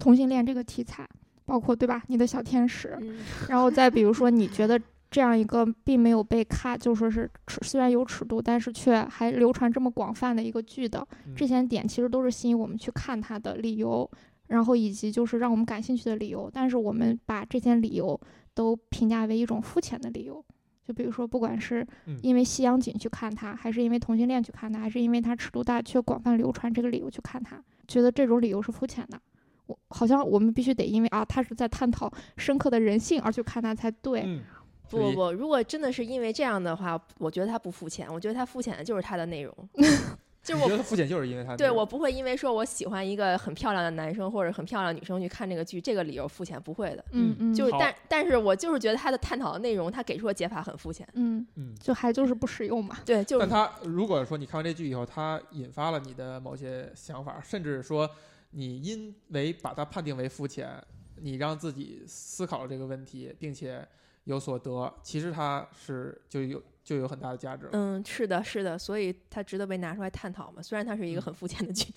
同性恋这个题材，包括对吧，你的小天使，嗯然后再比如说，你觉得这样一个并没有被咔，就说是尺虽然有尺度，但是却还流传这么广泛的一个剧的嗯这些点，其实都是吸引我们去看它的理由，然后以及就是让我们感兴趣的理由。但是我们把这些理由都评价为一种肤浅的理由。就比如说，不管是嗯因为西洋景去看它，还是因为同性恋去看它，还是因为它尺度大却广泛流传这个理由去看它，觉得这种理由是肤浅的。我好像我们必须得因为啊，他是在探讨深刻的人性而去看它才对。嗯不所不以不，如果真的是因为这样的话，我觉得他不肤浅，我觉得他肤浅的就是他的 内容，就是你觉我得肤浅就是因为他对我不会因为说我喜欢一个很漂亮的男生或者很漂亮的女生去看这个剧，这个理由肤浅不会的。嗯嗯，就是好但但是我就是觉得他的探讨的内容，他给出的解法很肤浅。嗯，嗯。就还就是不实用嘛。 对，就是但他如果说你看完这剧以后，他引发了你的某些想法，甚至说你因为把它判定为肤浅，你让自己思考这个问题，并且有所得，其实它是就有就有很大的价值了。嗯，是的，是的，所以它值得被拿出来探讨嘛。虽然它是一个嗯很肤浅的 剧，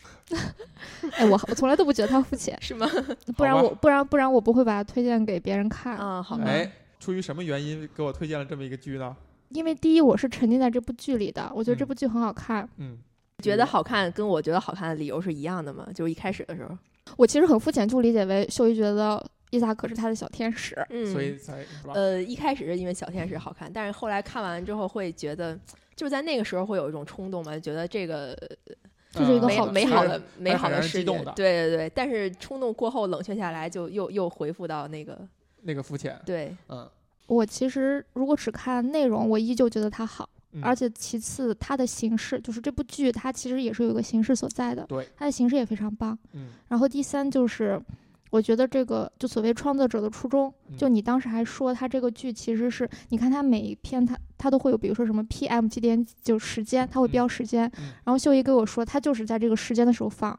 哎，我我从来都不觉得它肤浅，是吗？ 不然好吧我不然不然我不会把它推荐给别人看。啊，好吧，哎，出于什么原因给我推荐了这么一个剧呢？因为第一，我是沉浸在这部剧里的，我觉得这嗯部剧很好看。嗯，觉得好看跟我觉得好看的理由是一样的嘛，就是一开始的时候，我其实很肤浅，就理解为秀一觉得伊萨克是他的小天使。嗯，所以才是吧？呃，一开始是因为小天使好看，但是后来看完之后会觉得，就是在那个时候会有一种冲动嘛，觉得这个这是一嗯个美好美剧好还的是美好还的是世激界动，的对对对。但是冲动过后冷却下来，就又又回复到那个那个肤浅，对，嗯我其实如果只看内容，我依旧觉得它好，嗯，而且其次它的形式，就是这部剧它其实也是有一个形式所在的，对，它的形式也非常棒。嗯然后第三就是，我觉得这个就所谓创作者的初衷，就嗯你当时还说它这个剧其实是，你看它每一篇它它都会有，比如说什么 PM 几点就时间，它会标时间。嗯然后秀一跟我说，他就是在这个时间的时候放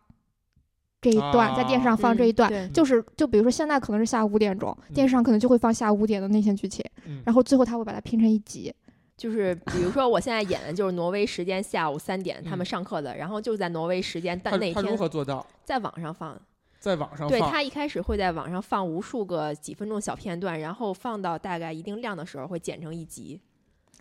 这一段，在电视上放这嗯一段。对嗯就是，就比如说现在可能是下午五点钟，电视上可能就会放下午五点的内线剧情，嗯然后最后他会把它拼成一集。就是比如说，我现在演的就是挪威时间下午三点他嗯们上课的，然后就在挪威时间，但他那他如天何做到在网上放。在网上对放？他一开始会在网上放无数个几分钟小片段，然后放到大概一定量的时候会剪成一集。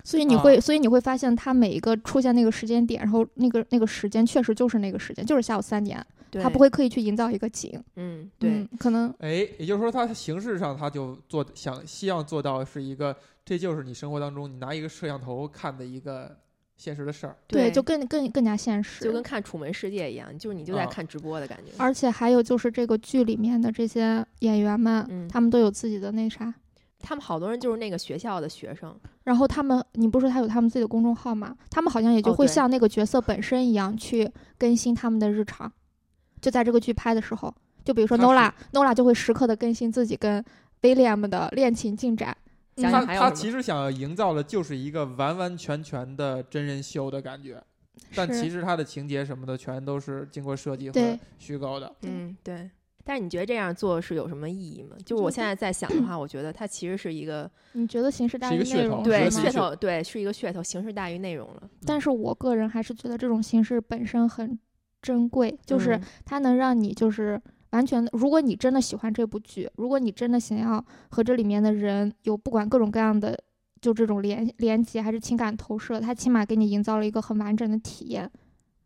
所以你会，啊所以你会发现，它每一个出现那个时间点，然后那个那个时间确实就是那个时间，就是下午三点，对，他不，会刻意去营造一个景。嗯，对嗯，可能哎，也就是说，它形式上它就做想希望做到是一个，这就是你生活当中你拿一个摄像头看的一个现实的事儿。对，就更更更加现实，就跟看《楚门世界》一样，就是你就在啊看直播的感觉。嗯而且还有就是这个剧里面的这些演员们，嗯他们都有自己的那啥，他们好多人就是那个学校的学生，然后他们，你不是说他有他们自己的公众号吗？他们好像也就哦会对像那个角色本身一样去更新他们的日常，就在这个剧拍的时候，就比如说他是 Nola，Nola 就会时刻的更新自己跟 William 的恋情进展。想他想还有他什么其实想要营造的就是一个完完全全的真人秀的感觉，但是其实它的情节什么的全都是经过设计和对虚构的。对嗯，对。但是你觉得这样做是有什么意义吗？就是我觉现得在在想的话，我觉得它其实是一 个你觉得形式大是一于个噱内头容对是吗吗噱头，对是一个噱头，形式大于内容了。但是我个人还是觉得这种形式本身很珍贵，就是 嗯它能让你就是完全的，如果你真的喜欢这部剧，如果你真的想要和这里面的人有不管各种各样的就这种连连接还是情感投射，它起码给你营造了一个很完整的体验，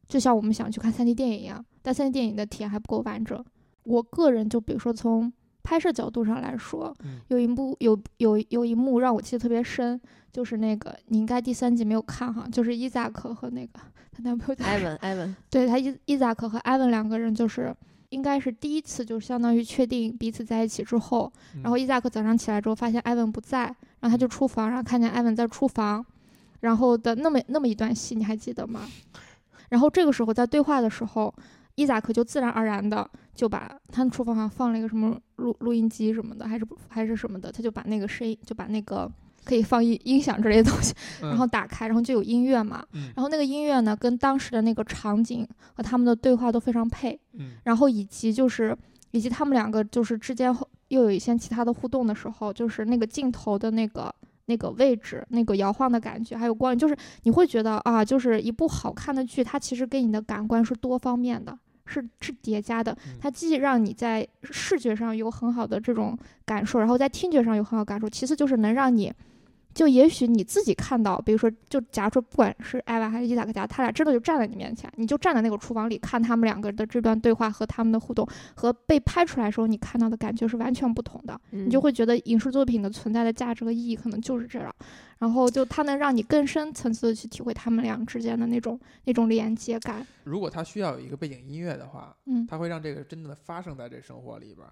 就像我们想去看 3D 电影一样，但 3D 电影的体验还不够完整。我个人就比如说从拍摄角度上来说，嗯有一幕有有有一幕让我记得特别深，就是那个你应该第三集没有看哈，就是伊扎克和那个她男朋友叫艾文，艾 文，对他伊伊扎克和艾文两个人就是应该是第一次，就是相当于确定彼此在一起之后，嗯然后伊扎克早上起来之后发现艾文不在，然后他就出房，然后看见艾文在厨房，然后的那么那么一段戏你还记得吗？然后这个时候在对话的时候，伊扎克就自然而然的就把他们厨房上放了一个什么录录音机什么的，还是还是什么的，他就把那个声音就把那个可以放音音响之类的东西，嗯然后打开，然后就有音乐嘛，嗯然后那个音乐呢，跟当时的那个场景和他们的对话都非常配，嗯然后以及就是以及他们两个就是之间后又有一些其他的互动的时候，就是那个镜头的那个那个位置、那个摇晃的感觉，还有光影，就是你会觉得啊，就是一部好看的剧，它其实给你的感官是多方面的。是是叠加的嗯，它既让你在视觉上有很好的这种感受，然后在听觉上有很好的感受，其次就是能让你，就也许你自己看到，比如说，就假如说不管是艾娃还是伊萨克家，他俩真的就站在你面前，你就站在那个厨房里看他们两个的这段对话和他们的互动，和被拍出来的时候你看到的感觉是完全不同的，你你就会觉得影视作品的存在的价值和意义可能就是这样，然后就它能让你更深层次的去体会他们俩之间的那种那种连接感，如果它需要有一个背景音乐的话，嗯，它会让这个真正的发生在这生活里边儿，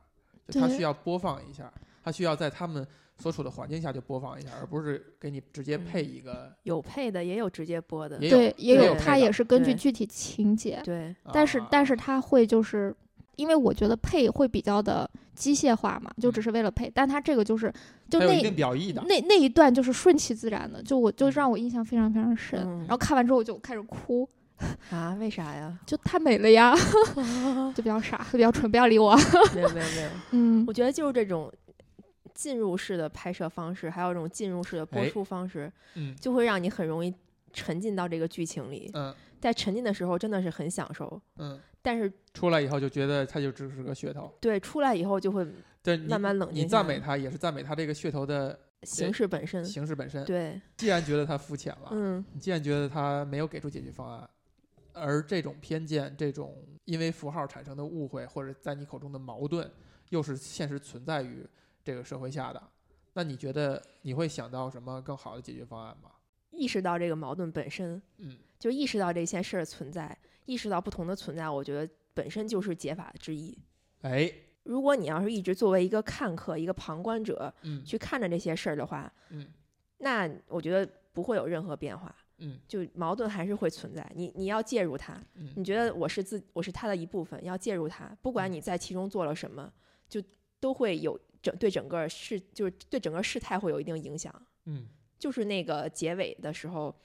就它对需要播放一下。它需要在他们所处的环境下就播放一下，而不是给你直接配一个。有配的，也有直接播的，也有对，也也有有它配的也是根据对具体情节，对，嗯但是啊但是它会就是，因为我觉得配会比较的机械化嘛，嗯就只是为了配，但它这个就是就它有那一定表意的，那那一段就是顺其自然的，就我就让我印象非常非常深，嗯然后看完之后我就开始哭，啊，为啥 呀？就太美 了呀，就比较傻，比较蠢，不要理我，没有没有没有，嗯我觉得就是这种进入式的拍摄方式，还有这种进入式的播哎出方式，嗯就会让你很容易沉浸到这个剧情哦里。嗯在沉浸的时候，真的是很享受，嗯，但是出来以后就觉得它就只是个噱头，对出来以后就会对，你慢慢冷静你下来赞美它也是赞美它这个噱头的形式本身。形啊式本身。对，既然觉得它肤浅了，嗯，你既然觉得它没有给出解决方案，而这种偏见、这种因为符号产生的误会，或者在你口中的矛盾，又是现实存在于这个社会下的，那你觉得你会想到什么更好的解决方案吗？意识到这个矛盾本身，嗯就意识到这件事儿的存在，意识到不同的存在，我觉得本身就是解法之一。哎，如果你要是一直作为一个看客、一个旁观者嗯去看着这些事儿的话，嗯那我觉得不会有任何变化，嗯就矛盾还是会存在。你你要介入它，你嗯，觉得我是自我是他的一部分，要介入他，不管你在其中做了什么，就都会有整对整个事，就是对整个事态会有一定影响。嗯，就是那个结尾的时候，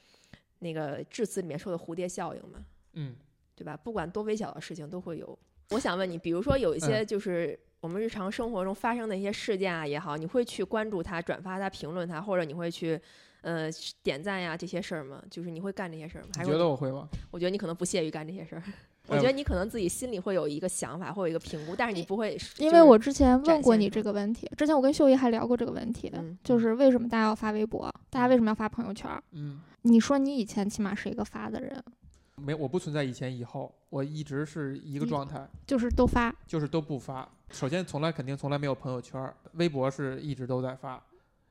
那个致辞里面说的蝴蝶效应嘛，嗯对吧？不管多微小的事情都会有。我想问你，比如说有一嗯些就是我们日常生活中发生的一些事件啊也好，你会去关注它、转发它、评论它，或者你会去呃点赞呀、这些事儿吗？就是你会干这些事儿吗？你还是觉得我会吗？我觉得你可能不屑于干这些事儿。我哎觉得你可能自己心里会有一个想法，会有一个评估，但是你不会是，因就为是我之前展问过现你出这来个问题，之前我跟秀姨还聊过这个问题，嗯就是为什么大家要发微博，大家为什么要发朋友圈儿？嗯，你说你以前起码是一个发的人，没，我不存在以前以后，我一直是一个一状态，就是都发，就是都不发。首先，从来肯定从来没有朋友圈儿，微博是一直都在发，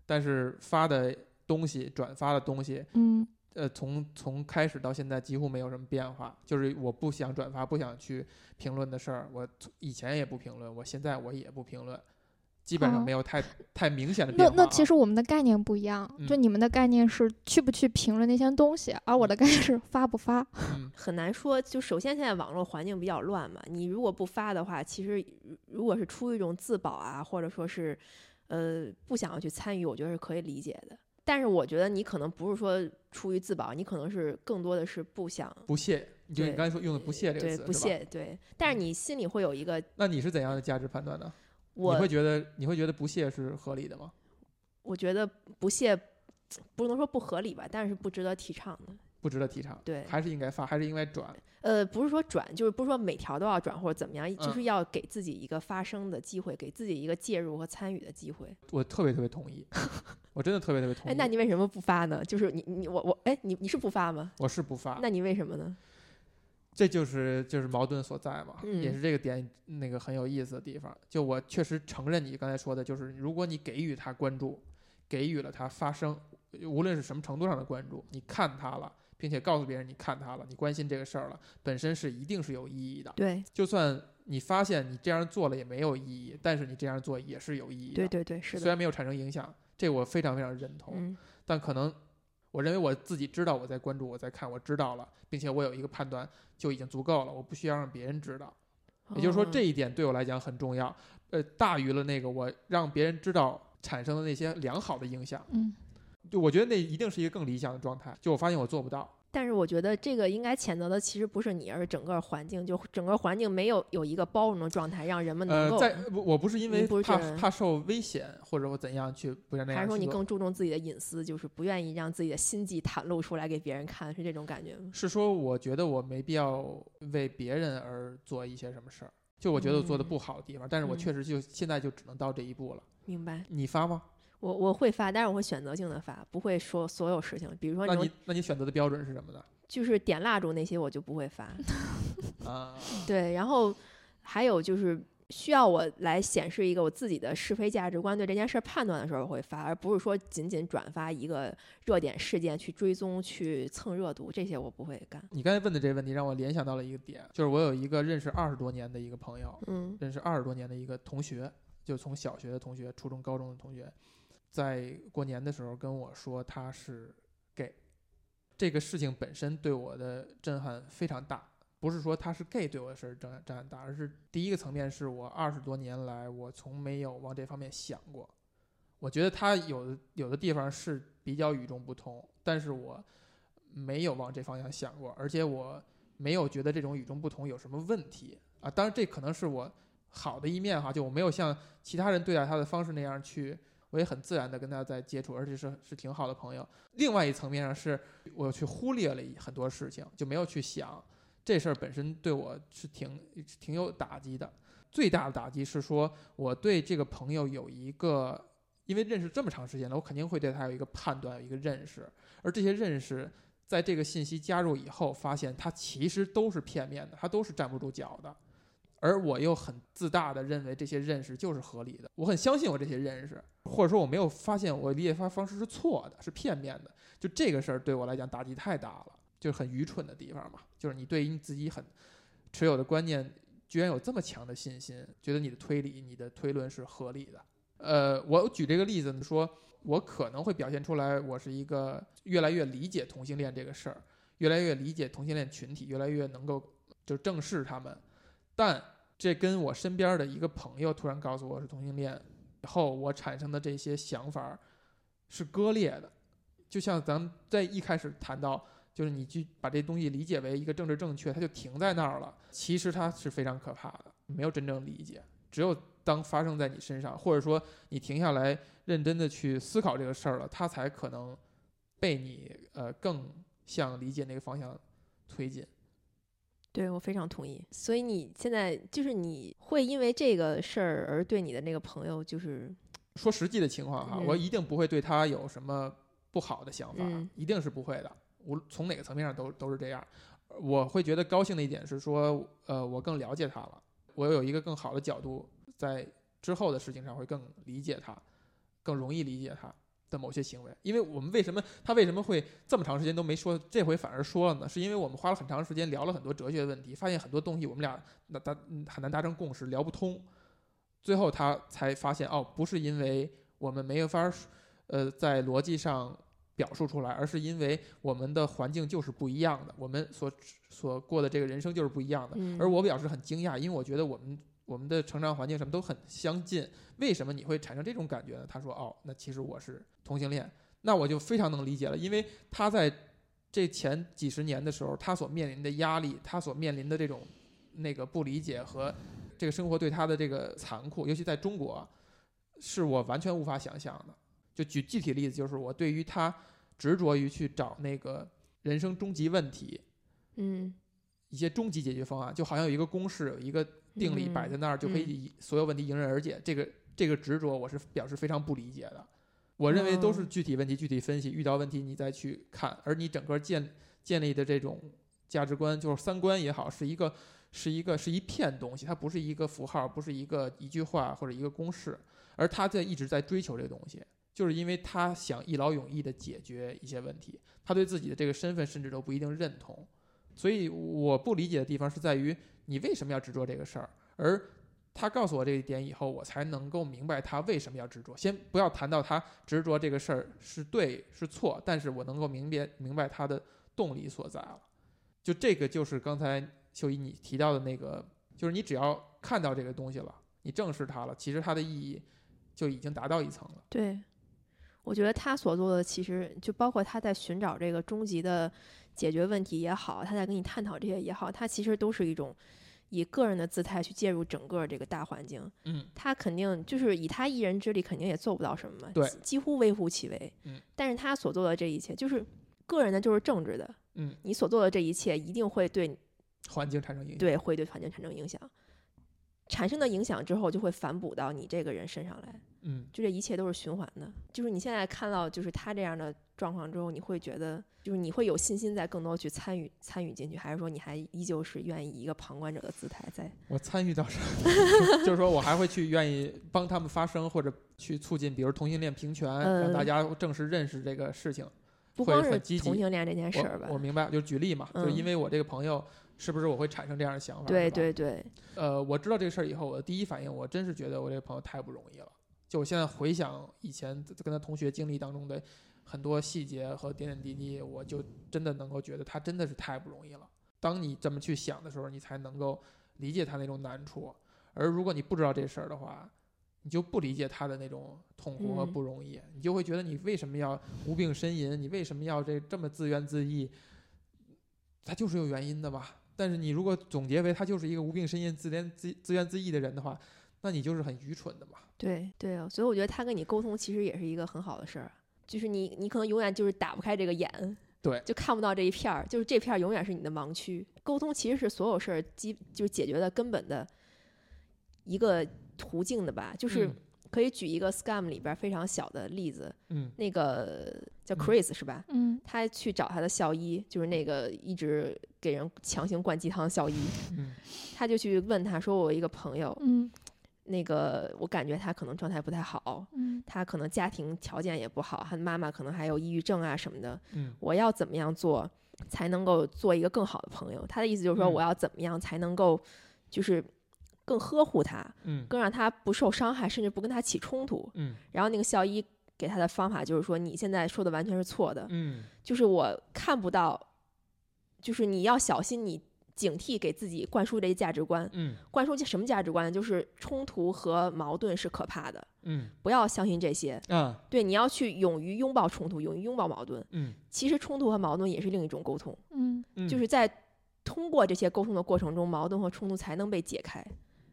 但是发的东西、转发的东西，嗯呃，从从开始到现在几乎没有什么变化。就是我不想转发、不想去评论的事儿，我从以前也不评论，我现在我也不评论，基本上哦没有太、太明显的变那化、啊。那其实我们的概念不一样，就嗯你们的概念是去不去评论那些东西，而我的概念是发不发。嗯，很难说。就首先现在网络环境比较乱嘛，你如果不发的话，其实如如果是出于一种自保啊，或者说是呃不想要去参与，我觉得是可以理解的。但是我觉得你可能不是说出于自保，你可能是更多的是不想不屑，你就你对刚才说用的“不屑”这个对词，不是吧。屑对，但是你心里会有一个那你是怎样的价值判断呢？你我会觉得你会觉得不屑是合理的吗？我觉得不屑，不能说不合理吧，但是不值得提倡的。不值得提倡，对还是应该发，还是应该转。呃，不是说转，就是不是说每条都要转或者怎么样，就嗯是要给自己一个发声的机会，给自己一个介入和参与的机会。我特别特 别同意，我真的特别特别同哎意。，那你为什么不发呢？就是你你我我哎，你你是不发吗？我是不发，那你为什么呢？这就是就是矛盾所在嘛，嗯也是这个点那个很有意思的地方。就我确实承认你刚才说的，就是如果你给予他关注，给予了他发声，无论是什么程度上的关注，你看他了，并且告诉别人你看他了，你关心这个事儿了，本身是一定是有意义的。对就算你发现你这样做了也没有意义，但是你这样做也是有意义的。对对对，是虽的，然没有产生影响，这我非常非常认同。嗯但可能我认为我自己知道我在关注，我在看，我知道了，并且我有一个判断就已经足够了，我不需要让别人知道。也就是说，哦这一点对我来讲很重要，呃，大于了那个我让别人知道产生的那些良好的影响。嗯，就我觉得那一定是一个更理想的状态。就我发现我做不到，但是我觉得这个应该谴责的其实不是你，而是整个环境，就整个环境没有有一个包容的状态，让人们能呃，哦够，在我我不是因为您不是怕这样怕受危险或者我怎样去不然那样还是说去你做更注重自己的隐私，就是不愿意让自己的心计袒露出来给别人看，是这种感觉吗？是说，我觉得我没必要为别人而做一些什么事儿，就我觉得我做的嗯不好的地方，但是我嗯确实就现在就只能到这一步了。明白。你发吗？我我会发，但是我会选择性的发，不会说所有事情。比如说那那种你那你选择的标准是什么呢？就是点蜡烛那些，我就不会 发。啊，对，然后还有就是需要我来显示一个我自己的是非价值观，对这件事儿判断的时候我会发，而不是说仅仅转发一个热点事件去追踪、去蹭热度，这些我不会干。你刚才问的这个问题让我联想到了一个点，就是我有一个认识二十多年的一个朋友，嗯认识二十多年的一个同学，就从小学的同学、初中、高中的同学，在过年的时候跟我说他是 gay，这个事情本身对我的震撼非常大。不是说他是 gay 对我的事儿震撼震撼大，而是第一个层面是我二十多年来我从没有往这方面想过。我觉得他有的有的地方是比较与众不同，但是我没有往这方向想过，而且我没有觉得这种与众不同有什么问题啊。当然，这可能是我好的一面哈，就我没有像其他人对待他的方式那样去，我也很自然的跟他在接触，而且是是挺好的朋友。另外一层面上是我去忽略了一很多事情，就没有去想这事儿本身对我是挺呃挺有打击的。最大的打击是说我对这个朋友有一个因为认识这么长时间了，我肯定会对他有一个判断，有一个认识。而这些认识，在这个信息加入以后，发现他其实都是片面的，他都是站不住脚的。而我又很自大的认为这些认识就是合理的，我很相信我这些认识，或者说我没有发现我理解方方式是错的，是片面的。就这个事儿对我来讲打击太大了，就是很愚蠢的地方嘛，就是你对于你自己很持有的观念，居然有这么强的信心，觉得你的推理、你的推论是合理的。呃，我举这个例子说，我可能会表现出来，我是一个越来越理解同性恋这个事儿，越来越理解同性恋群体，越来越能够就正视他们。但这跟我身边的一个朋友突然告诉我是同性恋以后，我产生的这些想法儿是割裂的。就像咱们在一开始谈到，就是你去把这东西理解为一个政治正确，它就停在那儿了。其实它是非常可怕的，没有真正理解。只有当发生在你身上，或者说你停下来认真的去思考这个事儿了，它才可能被你呃更向理解那个方向推进。对我非常同意。所以你现在就是你会因为这个事儿而对你的那个朋友就是说实际的情况哈，嗯我一定不会对他有什么不好的想法，嗯一定是不会的。无从哪个层面上都都是这样。呃我会觉得高兴的一点是说，呃，我更了解他了，我有一个更好的角度，在之后的事情上会更理解他，更容易理解他的某些行为。因为我们为什么他为什么会这么长时间都没说，这回反而说了呢？是因为我们花了很长时间聊了很多哲学问题，发现很多东西我们俩那达嗯很难达成共识，聊不通。最后他才发现，哦，不是因为我们没有法儿说，呃，在逻辑上表述出来，而是因为我们的环境就是不一样的，我们所所过的这个人生就是不一样的。嗯而我表示很惊讶，因为我觉得我们我们的成长环境什么都很相近，为什么你会产生这种感觉呢？他说，哦，那其实我是同性恋，那我就非常能理解了，因为他在这前几十年的时候，他所面临的压力，他所面临的这种那个不理解和这个生活对他的这个残酷，尤其在中国，是我完全无法想象的。就举具体例子，就是我对于他执着于去找那个人生终极问题，嗯一些终极解决方案，就好像有一个公式，有一个定嗯理摆在那儿，就可以以所有问题迎刃而解。这个这个执着，我是表示非常不理解的。我认为都是嗯具体问题具体分析，遇到问题你再去看，而你整个建建立的这种价值观，就是三观也好，是一个是一个是一片东西，它不是一个符号，不是一个一句话或者一个公式，而他在一直在追求这个东西，就是因为他想一劳永逸的解决一些问题，他对自己的这个身份甚至都不一定认同，所以我不理解的地方是在于你为什么要执着这个事儿，而他告诉我这一点以后，我才能够明白他为什么要执着。先不要谈到他执着这个事儿是对是错，但是我能够明白明白他的动力所在了。就这个就是刚才秀一你提到的那个，就是你只要看到这个东西了，你正视它了，其实它的意义就已经达到一层了。对，我觉得他所做的其实就包括他在寻找这个终极的解决问题也好，他在跟你探讨这些也好，他其实都是一种以个人的姿态去介入整个这个大环境。嗯，他肯定就是以他一人之力，肯定也做不到什么嘛，对几几乎微乎其微。嗯，但是他所做的这一切，就是个人的，就是政治的。嗯，你所做的这一切一定会对环境产生影响。嗯对会对环境产生影响，产生的影响之后就会反哺到你这个人身上来。嗯，就这一切都是循环的。就是你现在看到就是他这样的状况之后，你会觉得就是你会有信心再更多去参与参与进去，还是说你还依旧是愿意以一个旁观者的姿态在？我参与到 什么？就是说我还会去愿意帮他们发声，或者去促进，比如同性恋平权，嗯让大家正式认识这个事情。不会光很是积极同性恋这件事儿吧我我。明白，就举例嘛，就是嗯因为我这个朋友，是不是我会产生这样的想法？对是吧对对，呃，我知道这个事儿以后，我的第一反应，我真是觉得我这个朋友太不容易了。就我现在回想以前跟他同学经历当中的很多细节和点点滴滴，我就真的能够觉得他真的是太不容易了。当你这么去想的时候，你才能够理解他那种难处。而如果你不知道这事儿的话，你就不理解他的那种痛苦和嗯不容易，你就会觉得你为什么要无病呻吟，你为什么要这这么自怨自艾？他就是有原因的吧？但是你如果总结为他就是一个无病呻吟、自怜自自怨自艾的人的话，那你就是很愚蠢的嘛。对对啊，所以我觉得他跟你沟通其实也是一个很好的事儿，啊就是你你可能永远就是打不开这个眼，对就看不到这一片儿，就是这片儿永远是你的盲区。沟通其实是所有事儿基就是解决的根本的一个途径的吧，就是嗯可以举一个 scam 里边儿非常小的例子，嗯那个叫嗯 Chris 是吧？嗯，他去找他的校医，就是那个一直给人强行灌鸡汤的校医，嗯他就去问他说：“我有一个朋友，嗯那个我感觉他可能状态不太好，嗯他可能家庭条件也不好，他妈妈可能还有抑郁症啊什么的，嗯我要怎么样做才能够做一个更好的朋友？”他的意思就是说，嗯我要怎么样才能够就是更呵护他，嗯更让他不受伤害，甚至不跟他起冲突。嗯然后那个校医给他的方法就是说：“你现在说的完全是错的，嗯就是我看不到，就是你要小心你。警惕给自己灌输这些价值观，嗯灌输这什么价值观呢？就是冲突和矛盾是可怕的，嗯不要相信这些。啊对，你要去勇于拥抱冲突，勇于拥抱矛盾。嗯其实冲突和矛盾也是另一种沟通，嗯嗯，就是在通过这些沟通的过程中，矛盾和冲突才能被解开。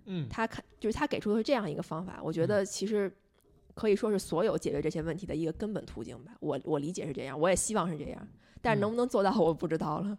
嗯他看，就是他给出的是这样一个方法，我觉得其实可以说是所有解决这些问题的一个根本途径吧。我我理解是这样，我也希望是这样，但是能不能做到我不知道了。